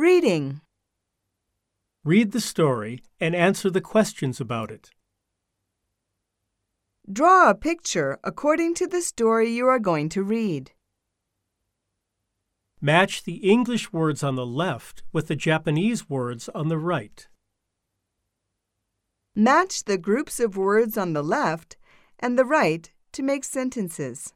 Reading. Read the story and answer the questions about it. Draw a picture according to the story you are going to read. Match the English words on the left with the Japanese words on the right. Match the groups of words on the left and the right to make sentences.